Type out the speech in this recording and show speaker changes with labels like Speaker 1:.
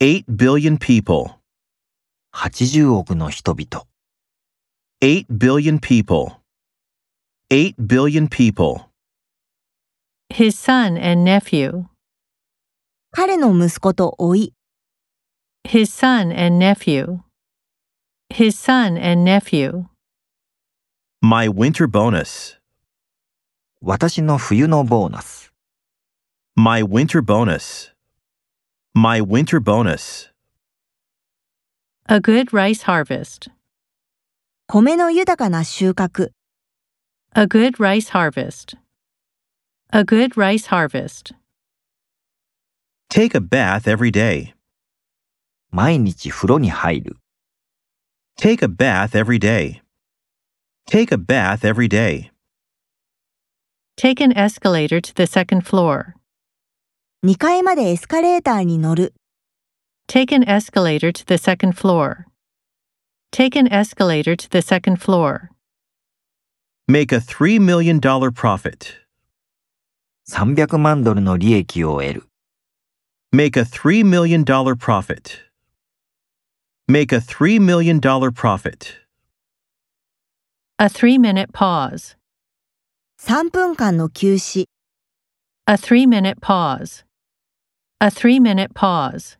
Speaker 1: 8 billion people,
Speaker 2: 80億の人々、
Speaker 1: 8 billion people, 8 billion people,
Speaker 3: his son and nephew,
Speaker 4: 彼の息子と老い、
Speaker 3: his son and nephew, his son and nephew,
Speaker 1: my winter bonus,
Speaker 2: 私の冬のボーナス、
Speaker 1: my winter bonus, my winter bonus,
Speaker 3: a good rice harvest,
Speaker 4: 米の豊かな収穫、
Speaker 3: a good rice harvest, a good rice harvest,
Speaker 1: take a bath every day,
Speaker 2: 毎日風呂に入る、
Speaker 1: take a bath every day, take a bath every day,
Speaker 3: take an escalator to the second floor,
Speaker 4: 2階までエスカレーターに乗る、
Speaker 3: take an escalator to the second floor, take an escalator to the second floor,
Speaker 1: make a $3 million profit,
Speaker 2: 300万ドルの利益を得る、
Speaker 1: make a $3 million profit, make a $3 million profit.
Speaker 3: a three minute pause,
Speaker 4: 3分間の休止。
Speaker 3: a three minute pause, a three minute pause.